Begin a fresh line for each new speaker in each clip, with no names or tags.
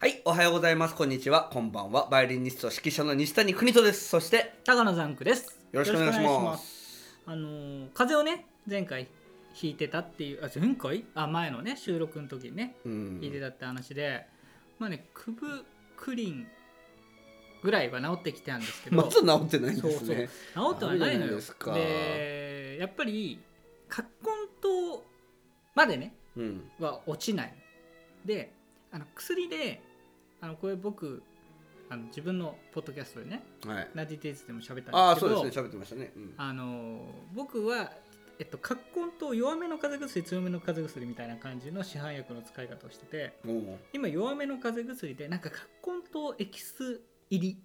はい、おはようございます。こんにちは。こんばんは。バイオリニスト指揮者の西谷邦人です。そして、
高野残苦です
よろしくお願いします
よろくお願いすあのー風邪をね前回引いてたっていうあ前回あ前のね収録の時にね
うん
引いてたって話で、まあねクブクリンぐらいは治ってきてたんですけど
まだ治ってないん
そう
で
そう
す
治
ね。
ってはない
治るじゃな
の
い
よ
ですか
でやっぱり葛根糖までね
うん。
は落ちないであの薬であのこれ僕あの自分のポッドキャストでね
はい。
ナディテイズでも喋ったんですけど
ああ、そうですね。喋ってましたね。うん
あの僕は、えっと、葛根と弱めの風邪薬強めの風邪薬みたいな感じの市販薬の使い方をしてて
おう
今弱めの風邪薬でなんか葛根とエキス入り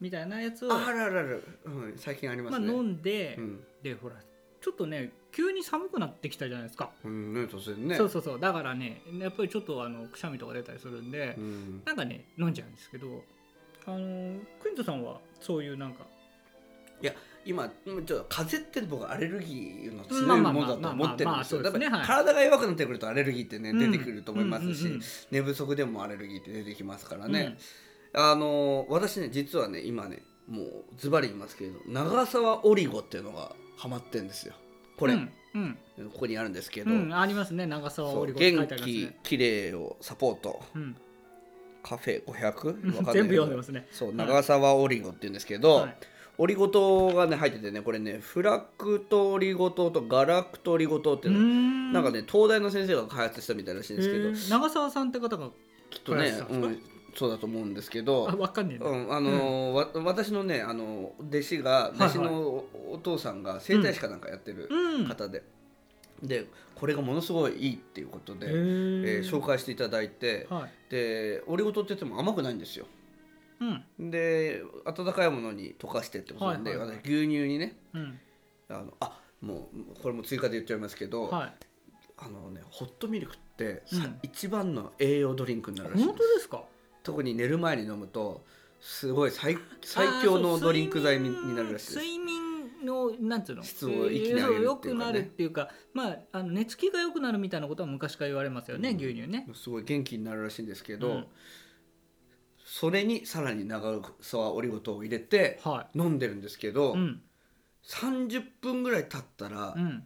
みたいなやつを
あらららら、うん、最近ありま
ますあ、
ね。
飲んで、
うん
でほらちょっとね急に寒くなってきたじゃないですか、
うん、ね、突然ね。
そうそうそうだからねやっぱりちょっとあのくしゃみとか出たりするんで、
うん。
なんかね飲んじゃうんですけどあのクイントさんはそういうなんか
今、うんちょっと風邪って僕アレルギーの強
まあ
い
まあ
ものだと
まあ
思ってるんですよ。だ
ま
か
あまあそうですね
ら
はい
体が弱くなってくるとアレルギーってね、
うん
出てくると思います
うんうんう
し
ん、
寝不足でもアレルギーって出てきますからね。あの私ね実はね今ねもうズバリ言いますけれど長沢オリゴっていうのがハマってんですよこれ、
うんうん
ここにあるんですけ
う
ど、
ん、ありますね長沢
そ
オ
う
リゴっ
元
て書いてありま
気
すね、
きれいをサポート
うん、
カフェ500わかんない
全部読んでますね。
そう
はい
長沢オリゴっていうんですけど、
はい
オリゴ糖がね入っててねこれねフラクトオリゴ糖とガラクトオリゴ糖って
う
い
ー
うの、
ん
なんかね東大の先生が開発したみたいらしいんですけど
へー長澤さんって方が
きっとね
開発した、
うん
です
ん、そうだと思うんですけど
あわかんねえんだ。
うんあのーわ私のねあのー弟子が
いはい
弟子のおお父さんが整体師かなんかやってる
うん。
方で、でこれがものすごいいいっていうことで、
へ
え
ー
ー紹介していただいて
はい。
でオリゴ糖って言っても甘くないんですよ
うん
で温かいものに溶かしてってことなんで、
はいはいはい
私牛乳にね
うん
あのあもうこれも追加で言っちゃいますけど、
はい。
あのねホットミルクってさ、
うん
一番の栄養ドリンクになるらしいんです
本当ですか。
特に寝る前に飲むとすごい最最強のドリンク剤にになるらしいです
睡眠のなんつうの。
質を一気に上げるっていうかね
良くなるっていうか、まああの寝つきが良くなるみたいなことは昔から言われますよね
うん
牛乳ね。
すごい元気になるらしいんですけど、
うん
それにさらに長沢オリゴ糖を入れて
は
飲んでるんですけど、
い。うん
30分ぐらい経ったら、
うん。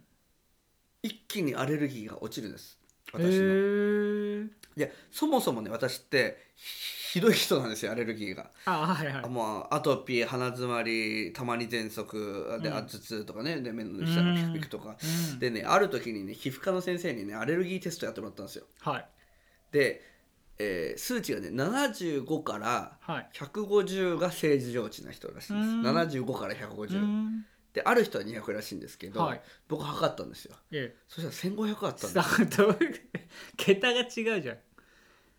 一気にアレルギーが落ちるんです私
へ
の。
ー
でそもそもね私ってひひどい人なんですよアレルギーが。
あはいはい
あ。もうアトピー鼻詰まりたまに喘息で
うん
頭痛とかね、で目の下がピクピクとか、
うん
でねある時にね皮膚科の先生にねアレルギーテストやってもらったんですよ
はい
で、えー数値がね75から
はい。
150が正常値な人らしいです
うん
75から
う
150
ん
である人は200らしいんですけど、
はい。
僕測ったんですよ
ええ。
そしたら1500あったんで
さあどういう桁が違うじゃん。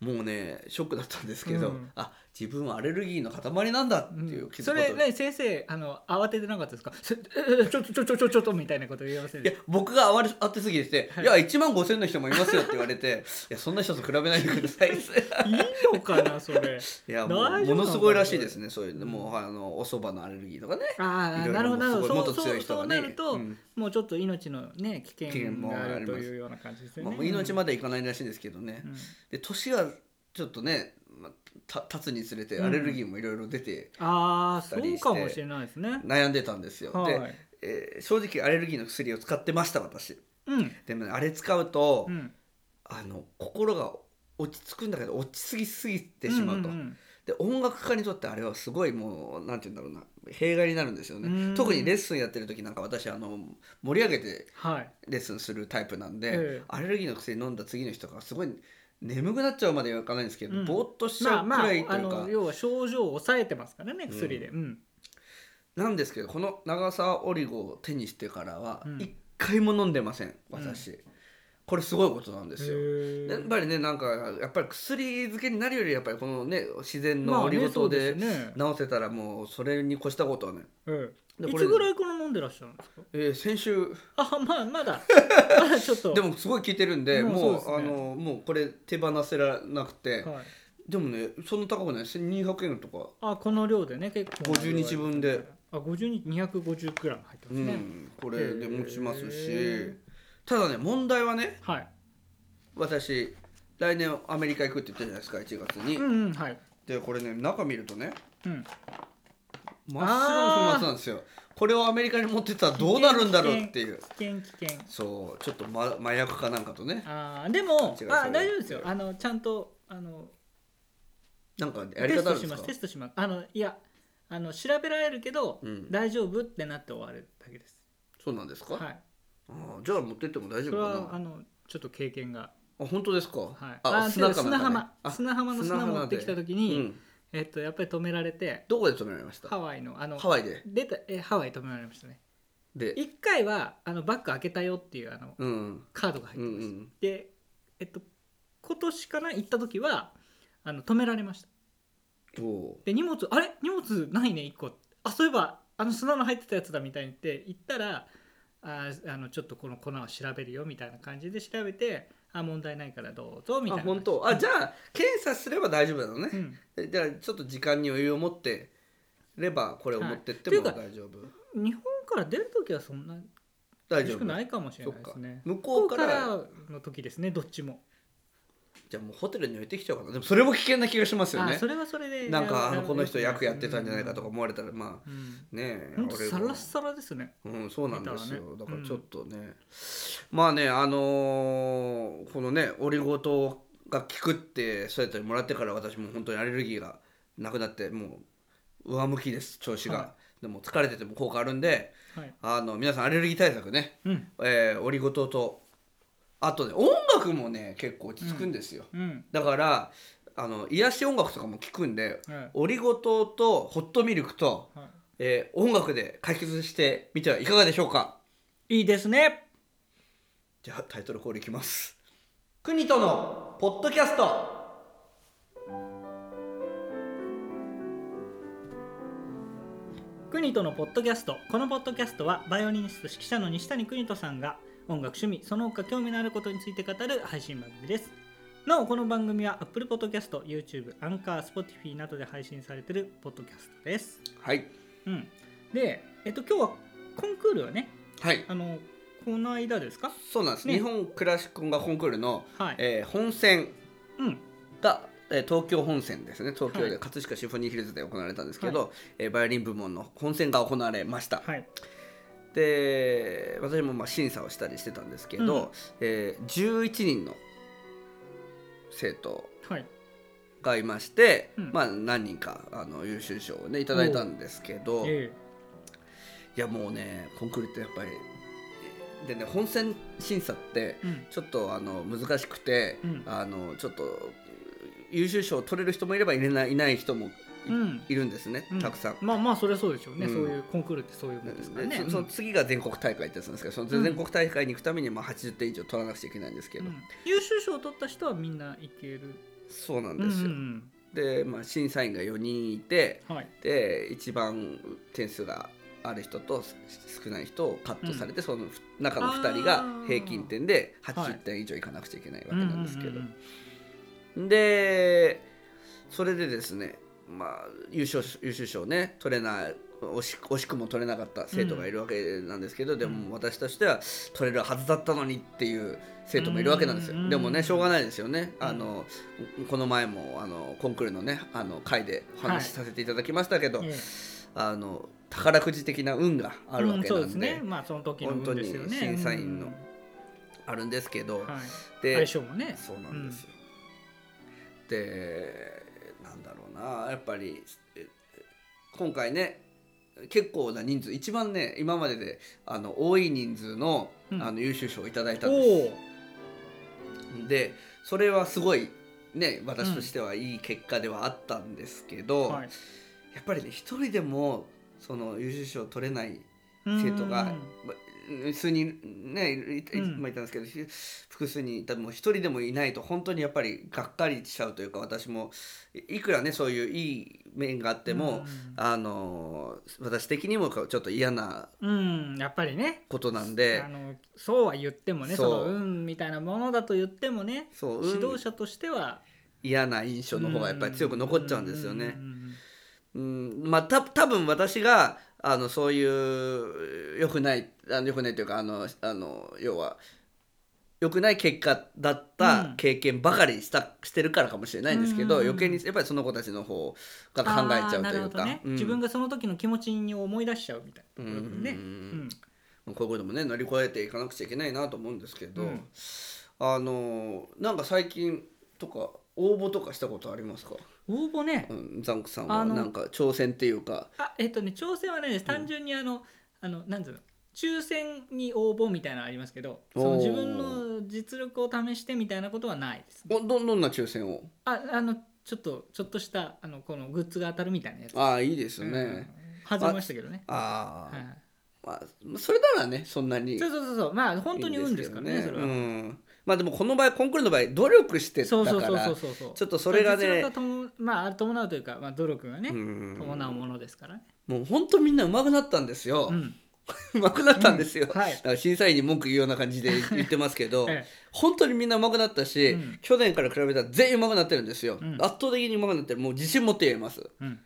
もうねショックだったんですけど、
うん
あ自分はアレルギーの塊なんだっていう気づ
そ
くこと
れね先生あの慌ててなかったですかせえちょちょちょちょちょちょっとみたいなこと言いません
いや
で
僕が慌て慌てすぎてて「いや1万5千の人もいますよ」って言われて「いやそんな人と比べないでください」
いいのかなそれ
いやも
大
う
丈夫なのか
も
な
のすごいらしいですねそういうの
うん
もうあのお蕎麦のアレルギーとかね
あ
い
あ
ろいろ
なるほどなるほ
も
ど
う
そ
す
う
ごい
そ
もっと強い人が
うそう
ね
なると、
うん
もうちょっと命のね危
危険
険
も
があ
あり
る
ます
というような感じですよ
まあ
ね、
もう命までいかないらしいんですけどね
うん、
で年がちょっとねまあた経つにつれてアレルギーもいろいろ出て
ああそうかもしれないですね
悩んでたんですよ、
は
で、
い
えー正直アレルギーの薬を使ってました私
うん
でもねあれ使うと、
うん
あの心が落ち着くんだけど落ち着きすぎてしまうと、
ん
で音楽家にとってあれはすごいもうなんて言うんだろうな弊害になるんですよ
う
ね
ん
特にレッスンやってる時なんか私あの盛り上げて
はい
レッスンするタイプなんで、
ええ
アレルギーの薬飲んだ次の日とかすごい眠くなっちゃうまではいかないんですけど、
うん
ぼーっとしち
ま
ゃ
あ
うく
まあ
らいと
あ
いうか、
の要は症状を抑えてますからね薬で、うん
なんですけどこの長沢オリゴを手にしてからは
うん
一回も飲んでません私、これすごいことなんですよ。
へー
やっぱりねなんかやっぱり薬漬けになるよりやっぱりこのね自然
ま
の
あ
オリゴ
ねそ
糖
う
です
ね
治せたらもうそれに越したことはね
え
で
え、い
これ
つぐらいこの飲んでらっしゃるんですか
えー先週
あまあま だまだちょっと
でもすごい効いてるんで
もう
もう
そう
あ
ですね
のもうこれ手放せらなくて、
はい、
でもねそんな高くない1200円とか、
あこの量でね結構
50日分で
あ50日 250g 入ってます
う
ね、
ん、これで持ちます
へ
し
ー
ただね問題はね
はい
私来年アメリカ行くって言ったじゃないですか1月に、
うんうんはい
でこれね中見るとね
う
真
ん
っ白の粉末なんですよこれをアメリカに持ってったらどうなるんだろうっていう
危険危険
そうちょっと、ま、麻薬かなんかとね
あーでも
違う
あ
それ
大丈夫ですよあのちゃんとあの
なんかやり
テス
方あるん
トし
です
ま
か
すテストしますあのいやあの調べられるけど、
うん
大丈夫ってなって終わるだけです
そうなんですか、
はい
あーじゃあ持ってっても大
そ
丈
れ
夫か
は
な
あのちょっと経験が
あ本当ですか、
はい
あ
ー
砂
けど
浜
砂
だね
浜
あ
砂浜の
砂
砂
浜で
持ってきた時
う
に、
ん、
えっとやっぱり止められて
どこで止められました
ハワイのあの
ハワイで
出たえハワイ止められましたね
で
一回はあのバッグ開けたよっていうあの
うん
カードが入
う
っ
ん
て
う
ました、
ん
でえっと今年かな行った時はあの止められました
お
で荷物あれ荷物ないね1個あそういえばあの砂の入ってたやつだみたいに言って行ったらああのちょっとこの粉を調べるよみたいな感じで調べてあ問題ないからどうぞみたい
あ
な
本当あじゃあ検査すれば大丈夫なのね
う、ん
えじゃあちょっと時間に余裕を持ってればこれを持ってって
はい
も
というか
大丈夫、
日本から出る時はそんな
大
厳
丈
しく
夫
ないかもしれ
そ
な
っ
いで
か
すね
向
こ
こ
こ
う
か
から
らの時ですねどっちも
じゃあもうホテルに置いてきちゃおうかなでもそれも危険な気がしますよ
あ
ね
それはそれで
なんかあ
や
の
や
この人役やってたんじゃないかとか
うん
思われたらま
うん
あねえ
ほんと
俺も
サラッサラですね
うん、そうなんですよ、
見た
だ
ら
か
ね
らちょっとね、まあねあのーこのねオリゴ糖が効くってそうやってもらってから私もう本当にアレルギーがなくなってもう上向きです調子が、
は
でも疲れてても効果あるんで
はい
あの皆さんアレルギー対策ね、
うん
えーオリゴ糖とあとね音楽もね結構落ち着くんですよ、
うん
だからあの癒し音楽とかも効くんで
はい
オリゴ糖とホットミルクと、
は
えー音楽で解決してみてはいかがでしょうか
いいいですね
じゃあタイトルコールいきます国とのポッドキャスト
国とのポッドキャストこのポッドキャストはバイオリニスト指揮者の西谷邦人さんが音楽趣味その他興味のあることについて語る配信番組ですなおこの番組は Apple Podcast、YouTube、アンカー、Spotify などで配信されているポッドキャストです。
はい
うん、で、えっと、今日はコンクールをね
はい
あのこの間ですか
そうなんです、
ね
日本クラシック音楽コンクールの、
はい、
えー本選
うん
が、えー東京本選ですね東京
は
で
い
葛飾シンフォニーヒルズで行われたんですけど、えーバイオリン部門の本選が行われました、
はい
で私もまあ審査をしたりしてたんですけど、
うん
えー11人の生徒
はい
がいまして、
うん
まあ、何人かあの優秀賞をねいただいたんですけど、
え
いやもうねコンクールってやっぱりでね本選審査って
えうん
ちょっとあの難しくて、
うん
あのちょっと優秀賞を取れる人もいればいれないいない人もい,、
うん
るんですね
うん
たくさん。
まあまあそれはそうでしょうね、
うん
そういうコンクールってそういうもんですからね
でそその次が全国大会ってやつなんですけどその
うん
全国大会に行くためにまあ80点以上取らなくちゃいけないんですけ
う
ど、
ん優秀賞を取った人はみんないける
そうなんですよ。
うん
で、まあ、審査員が4人いて
うんはい
で一番点数がある人とす少ない人をカットされて、その中の2人が
あー
平均点で
はい
80点以上いかなくちゃいけないわけなんですけど、
うんうん
でそれでですね、まあ、優勝優秀賞ね取れない惜し惜しくも取れなかった生徒がいるわけなんですけど、で
うん
も私としては取れるはずだったのにっていう生徒もいるわけなんですよ、
うん
でもねしょうがないですよね、
うん
あのこの前もあのコンクールのねあの会でお話しさせていただきましたけど、
うんええ
あの宝くじ的な運があるわけな
う
んん
そう
で,、
ですねまあその時の運ですよ
本当
ね
に審査員の
うん
あるんですけど、
はい、
で
相性もね
そうなんですよ、でなんだろうなやっぱりえ今回ね結構な人数一番ね今までであの多い人数の,、
うん
あの優秀賞をいただいた
お
んです
お
でそれはすごいね私としてはいい結果ではあったんですけど、
ーはい
やっぱりね一人でもその優秀賞を取れない生徒がま数人ねいいい
うん
まあいたんですけど、ひ複数人いたもう一人でもいないと本当にやっぱりがっかりしちゃうというか私もいいくらねそういういい面があっても、あのー私的にもこうちょっと嫌な
うん、うん、やっぱりね
ことなんで
あのそうは言ってもねそ
そう
の運みたいなものだと言ってもね
そう、うん
指導者としては
嫌な印象の方がやっぱり強く残っちゃうんですよね。
う
うんまあた多分私があのそういう良くないあの良くないというかあのあの要は良くない結果だった経験ばかりしたしてるからかもしれないんですけど、
うんうんうん
余計にやっぱりその子たちの方が考えちゃうというか、
あーなるほどね
うん
自分がその時の気持ちを思い出しちゃうみたいな
うんうん
ところだよねうん
こういうこともね乗り越えていかなくちゃいけないなと思うんですけど、
うん
あのーなんか最近とか応募とかしたことありますか、
応募ね
うん、ザンクさん
あ
は
の
なんか挑戦っていうか
あえっとね挑戦はね単純にあの、あのなんつうの抽選に応募みたいなのありますけどその
おー
自分の実力を試してみたいなことはないですね
どどどんな抽選を
ああのちょっとちょっとしたあのこのグッズが当たるみたいなやつ
ああいいです
う
よ
ん
ね、
外れましたけどね
ああ、
はい
まあそれならねそんなに
そうそうそうそうまあ本当に運ですからね
いい
そ
け
れ
ど
は、
うん、まあでもこの場合コンクールの場合努力してたか
そ
ら
うそうそうそうそうそう
ちょっとそれがね
実力ともまあ伴うというか、まあ、努力がね、
うん
伴うものですからね、
もう本当みんな上手くなったんですよ
う、ん、
上手くなったんですよ、
うんはい
だから審査員に文句言うような感じで言ってますけど、
ええ
本当にみんな上手くなったし、
うん
去年から比べたら全員上手くなってるんですよ、
うん
圧倒的に上手くなってるもう自信持って言えます
うん、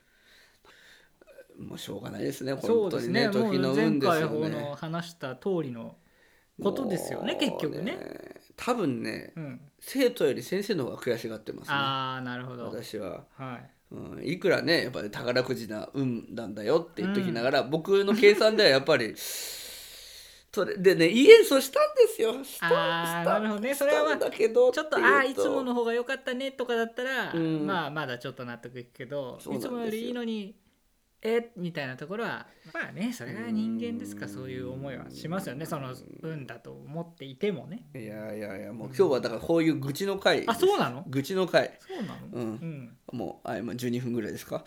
もうしょうがないですね
そ
本
うで
当
す
に
ね
ね
も
時の
う前
運です
回
よ
ほ
ね
の話した通りのことですよね
もう
結局ね
多分ね
うん、
生徒より先生の方が悔しがってますね
ああなるほど、
私は、
はい、
うん、いくらねやっぱり宝くじな運なんだよって言っときながら、僕の計算ではやっぱり それでねいい演奏したんですよした
ああなるほどねそれはま
した
あ
んだけど
ちょっと
ていう
ああいつもの方が良かったねとかだったら、
うん
まあまだちょっと納得いくけど
そうな
い
んで
つ
すよ
もよりいいのにえみたいなところはまあねそれが人間ですか
うん
そういう思いはしますよねその運だと思っていてもね
いやいやいやもう今日はだからこういう愚痴の回
あそうなの
愚痴の回
そうなの
うん
うん
もうあ今12分ぐらいですか、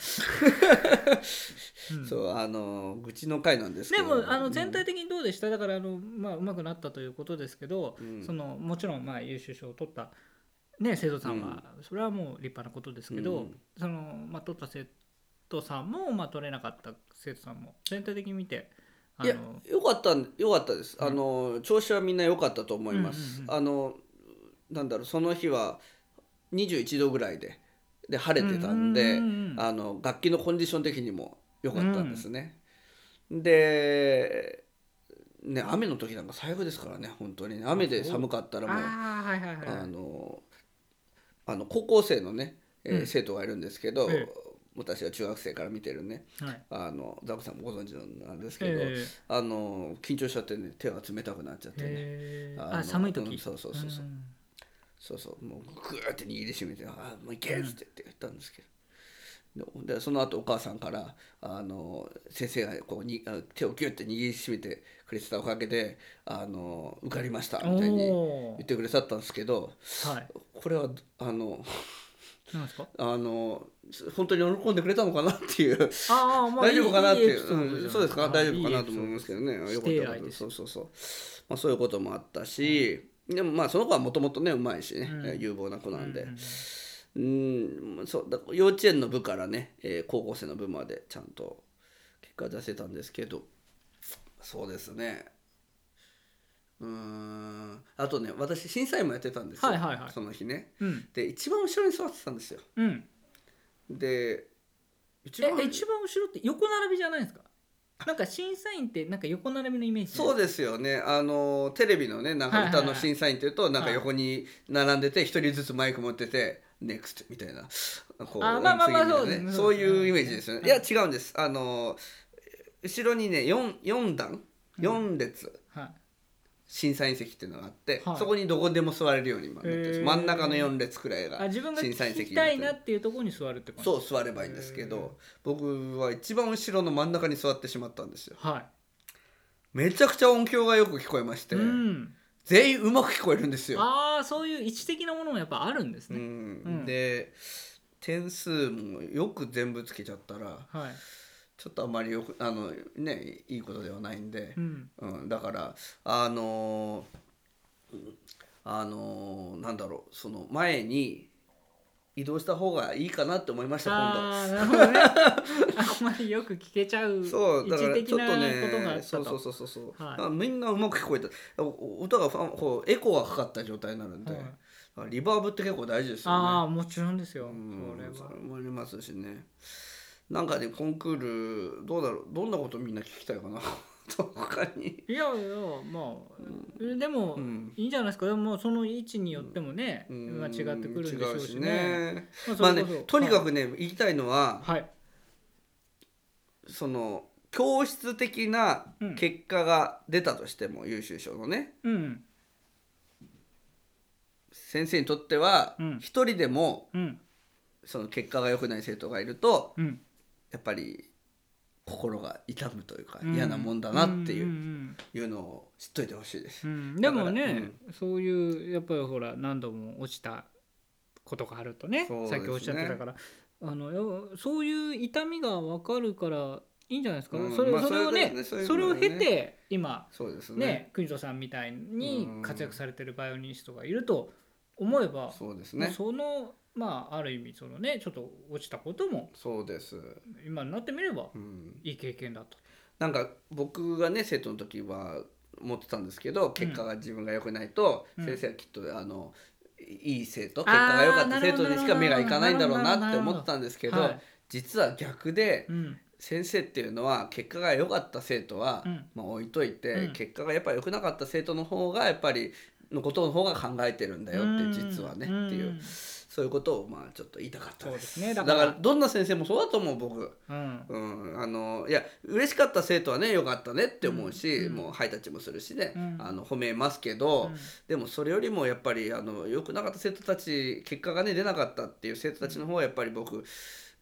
うん
そうあの愚痴の回なんですけ
で
ど
もあの全体
で、
的にどうでしただからあの、まあ、うまくなったということですけど、
うん
そのもちろんまあ優秀賞を取った、ね、生徒さんは、それはもう立派なことですけど、
うん
そのまあ、取った生徒さんも、まあ、取れなかった生徒さんも全体的に見てあ
い
の
やよかったんよかったです、
うん
あの調子はみんな良かったと思います、
うんうんうん
あのなんだろうその日は21度ぐらいでで晴れてたんで、
ううん
あの楽器のコンディション的にも良かったんですね、でね雨の時なんか最悪ですからね本当にね雨で寒かったらもう
あーはいはいはい
あのあの高校生のね、えー
うん
生徒がいるんですけど、
ええ
私は中学生から見てるね
はい
あのザクさんもご存知なんですけど、
え
あの緊張しちゃってね手が冷たくなっちゃっ
ー
てね。
えー
の
あ寒いう時
んそうそうそうそう,、
ん
そうそうもうグーって握りしめて「あーもういけ!」っつって言ったんですけど、ででその後お母さんからあの先生がこうにあ手をギュッて握りしめてくれてたおかげであの受かりましたみたいに
お
言ってくれてたんですけど
ーはい
これはあの
なんですか
あの本当に喜んでくれたのかなっていう
あーまあ
大丈夫かなっていう
エピソードじゃない
うんそうですか大丈夫かなと思い
は
ますけどねよかった
エ
よ
ピソ
か
ードです指定
っ
愛
た
です
そうそうそう、まあ、そういうこともあったし、でもまあその子はもともとねうまいしね、
うん
有望な子なん
う
で
う
うんそうだ幼稚園の部からね、えー高校生の部までちゃんと結果出せたんですけどそうですねうーんあとね私審査員もやってたんですよ、
はいはいはい
その日ね
うん
で一番後ろに座ってたんですよ
うん
で一
え一番後ろって横並びじゃないんですかなんか審査員ってなんか横並びのイメージ
そうですよねあのテレビのねなんか歌の審査員というと、なんか横に並んでて一人ずつマイク持ってて「NEXT」みたいなこ
あまあまあまあ
次みたいな
そうですね
ねそういうイメージですよね、
うん
いや違うんですあの後ろにね 4, 四段4列、
は
審査員席っていうのがあって、
はい
そこにどこでも座れるように今なってるんです
へー
真ん中の4列くらい
い、
が
あ自分が
審査員
聞
席
き
になったて
い
る
なっていうところに座るって感じ
そうう座ればいいんですけど僕は一番後ろの真ん中に座ってしまったんですよ
は
めちゃくちゃ音響がよく聞こえまし
い、
て、
うん、
全員うまく聞こえるんですよ
ああそういう位置的なものもやっぱあるんです
う
ね、
ん
うん
で点数もよく全部つけちゃったら
はい、
ちょっとあまりよくあのねいいことではないんで
う、ん、
うんだからあのーうんあのーなんだろうその前に移動した方がいいかなって思いました今
ああなるほどねあんまりよく聞けちゃう
度そうだから
一時
ちょ
的
っと
なことがあ
ね
った
そうそう
と
そうそうそう、
は
だ
い
からみんなうまく聞こえたおお音がファンこうエコーがかかった状態になるんで、
はい
だからリバーブって結構大事ですよね
ああもちろんですよ、
うん
それは
それもありますしねなんかねコンクールどうだろうどんなことみんな聞きたいかな と他に、
いやいやまあでも、
うん
いいんじゃないですかでももうその位置によってもね、
うん
まあ、違ってくるんでしょうしね
違うしね
まあ
まあね
それこそ
とにか
は、
くね言いたいのはい
はい
その教室的な
うん
結果が出たとしても、優秀賞のね
うん
先生にとっては
うん
一人でも
うん
その結果が良くない生徒がいると
うん
やっぱり心が痛むというか
うん
嫌なもんだなっていう,、
んん
いうのを知っといてほしいです。
うんうんでも
だから
ね、そういうやっぱりほら何度も落ちたことがあるとね
そうです
さ
ね
っきおっしゃってたからあのよそういう痛みが分かるからいいんじゃないですか、
うん
それ
まあ
それをね,、
それです
そ
ねそう
れ
いうの
を
もね
経て今
そうですね
ね邦人さんみたいに
うん
活躍されてるバイオリニストがいると思えば、
そうですね。
そのまあある意味そのねちょっと落ちたことも
そうです。
今になってみれば
うん。
いい経験だと。
なんか僕がね生徒の時は思ってたんですけど結果が自分が良くないと、
うん
先生はきっとあのいい生徒結果が良かった生徒にしか目がいかないんだろうなって思ってたんですけど
はい
実は逆で
うん
先生っていうのは結果が良かった生徒は、
うん
まあ、置いといて、
うん
結果がやっぱり良くなかった生徒の方がやっぱりのことの方が考えてるんだよって実はね
ん
っていうそういうことをまあちょっと言いたかった
そう
で。
ですすね
だ
だ
か
から
らどんな先生もそうだと思う僕。
うん
うん、あのいや嬉しかった生徒はね良かったねって思うし、
うんうん
もうハイタッチもするしね、
うん
あの褒めますけど、でもそれよりもやっぱりあの良くなかった生徒たち結果がね出なかったっていう生徒たちの方はやっぱり僕、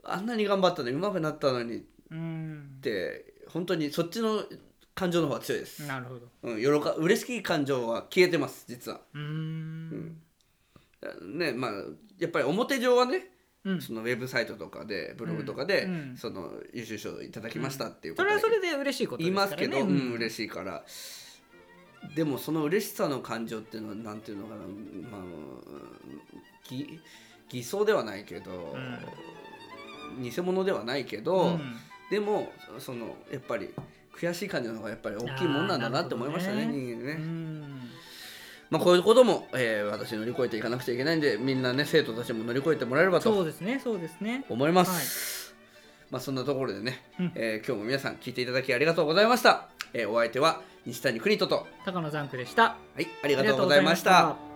あんなに頑張ったのに上手くなったのにっ
うん
て本当にそっちの感情の方が強いです、
なるほど
うん、よろか嬉しい感情は消えてます実は。
うーん
ねまあ、やっぱり表上はね
うん
そのウェブサイトとかでブログとかで、
うんうん
その優秀賞いただきましたっていう
それ
だ
は
け
それで嬉しいことで
言い
すか
ま
ら
す
ね
けど、う
うん
ん、嬉しいからでもその嬉しさの感情っていうのはなんていうのかな、まあ、偽偽装ではないけど、偽物ではないけど、
うん
でもそのやっぱり悔しい感情の方がやっぱり大きいもんなんだなって思いましたね
あーなるほどね
人間ね、
うん
まあ、こういうことも、えー私乗り越えていかなくちゃいけないんでみんなね生徒たちも乗り越えてもらえれば
そ
と
うですねそうですね
思います、まあ、そんなところでね、
うん
えー今日も皆さん聞いていただきありがとうございました、えーお相手は西谷邦人と
高野ザンクでした
はい、ありがとうございました。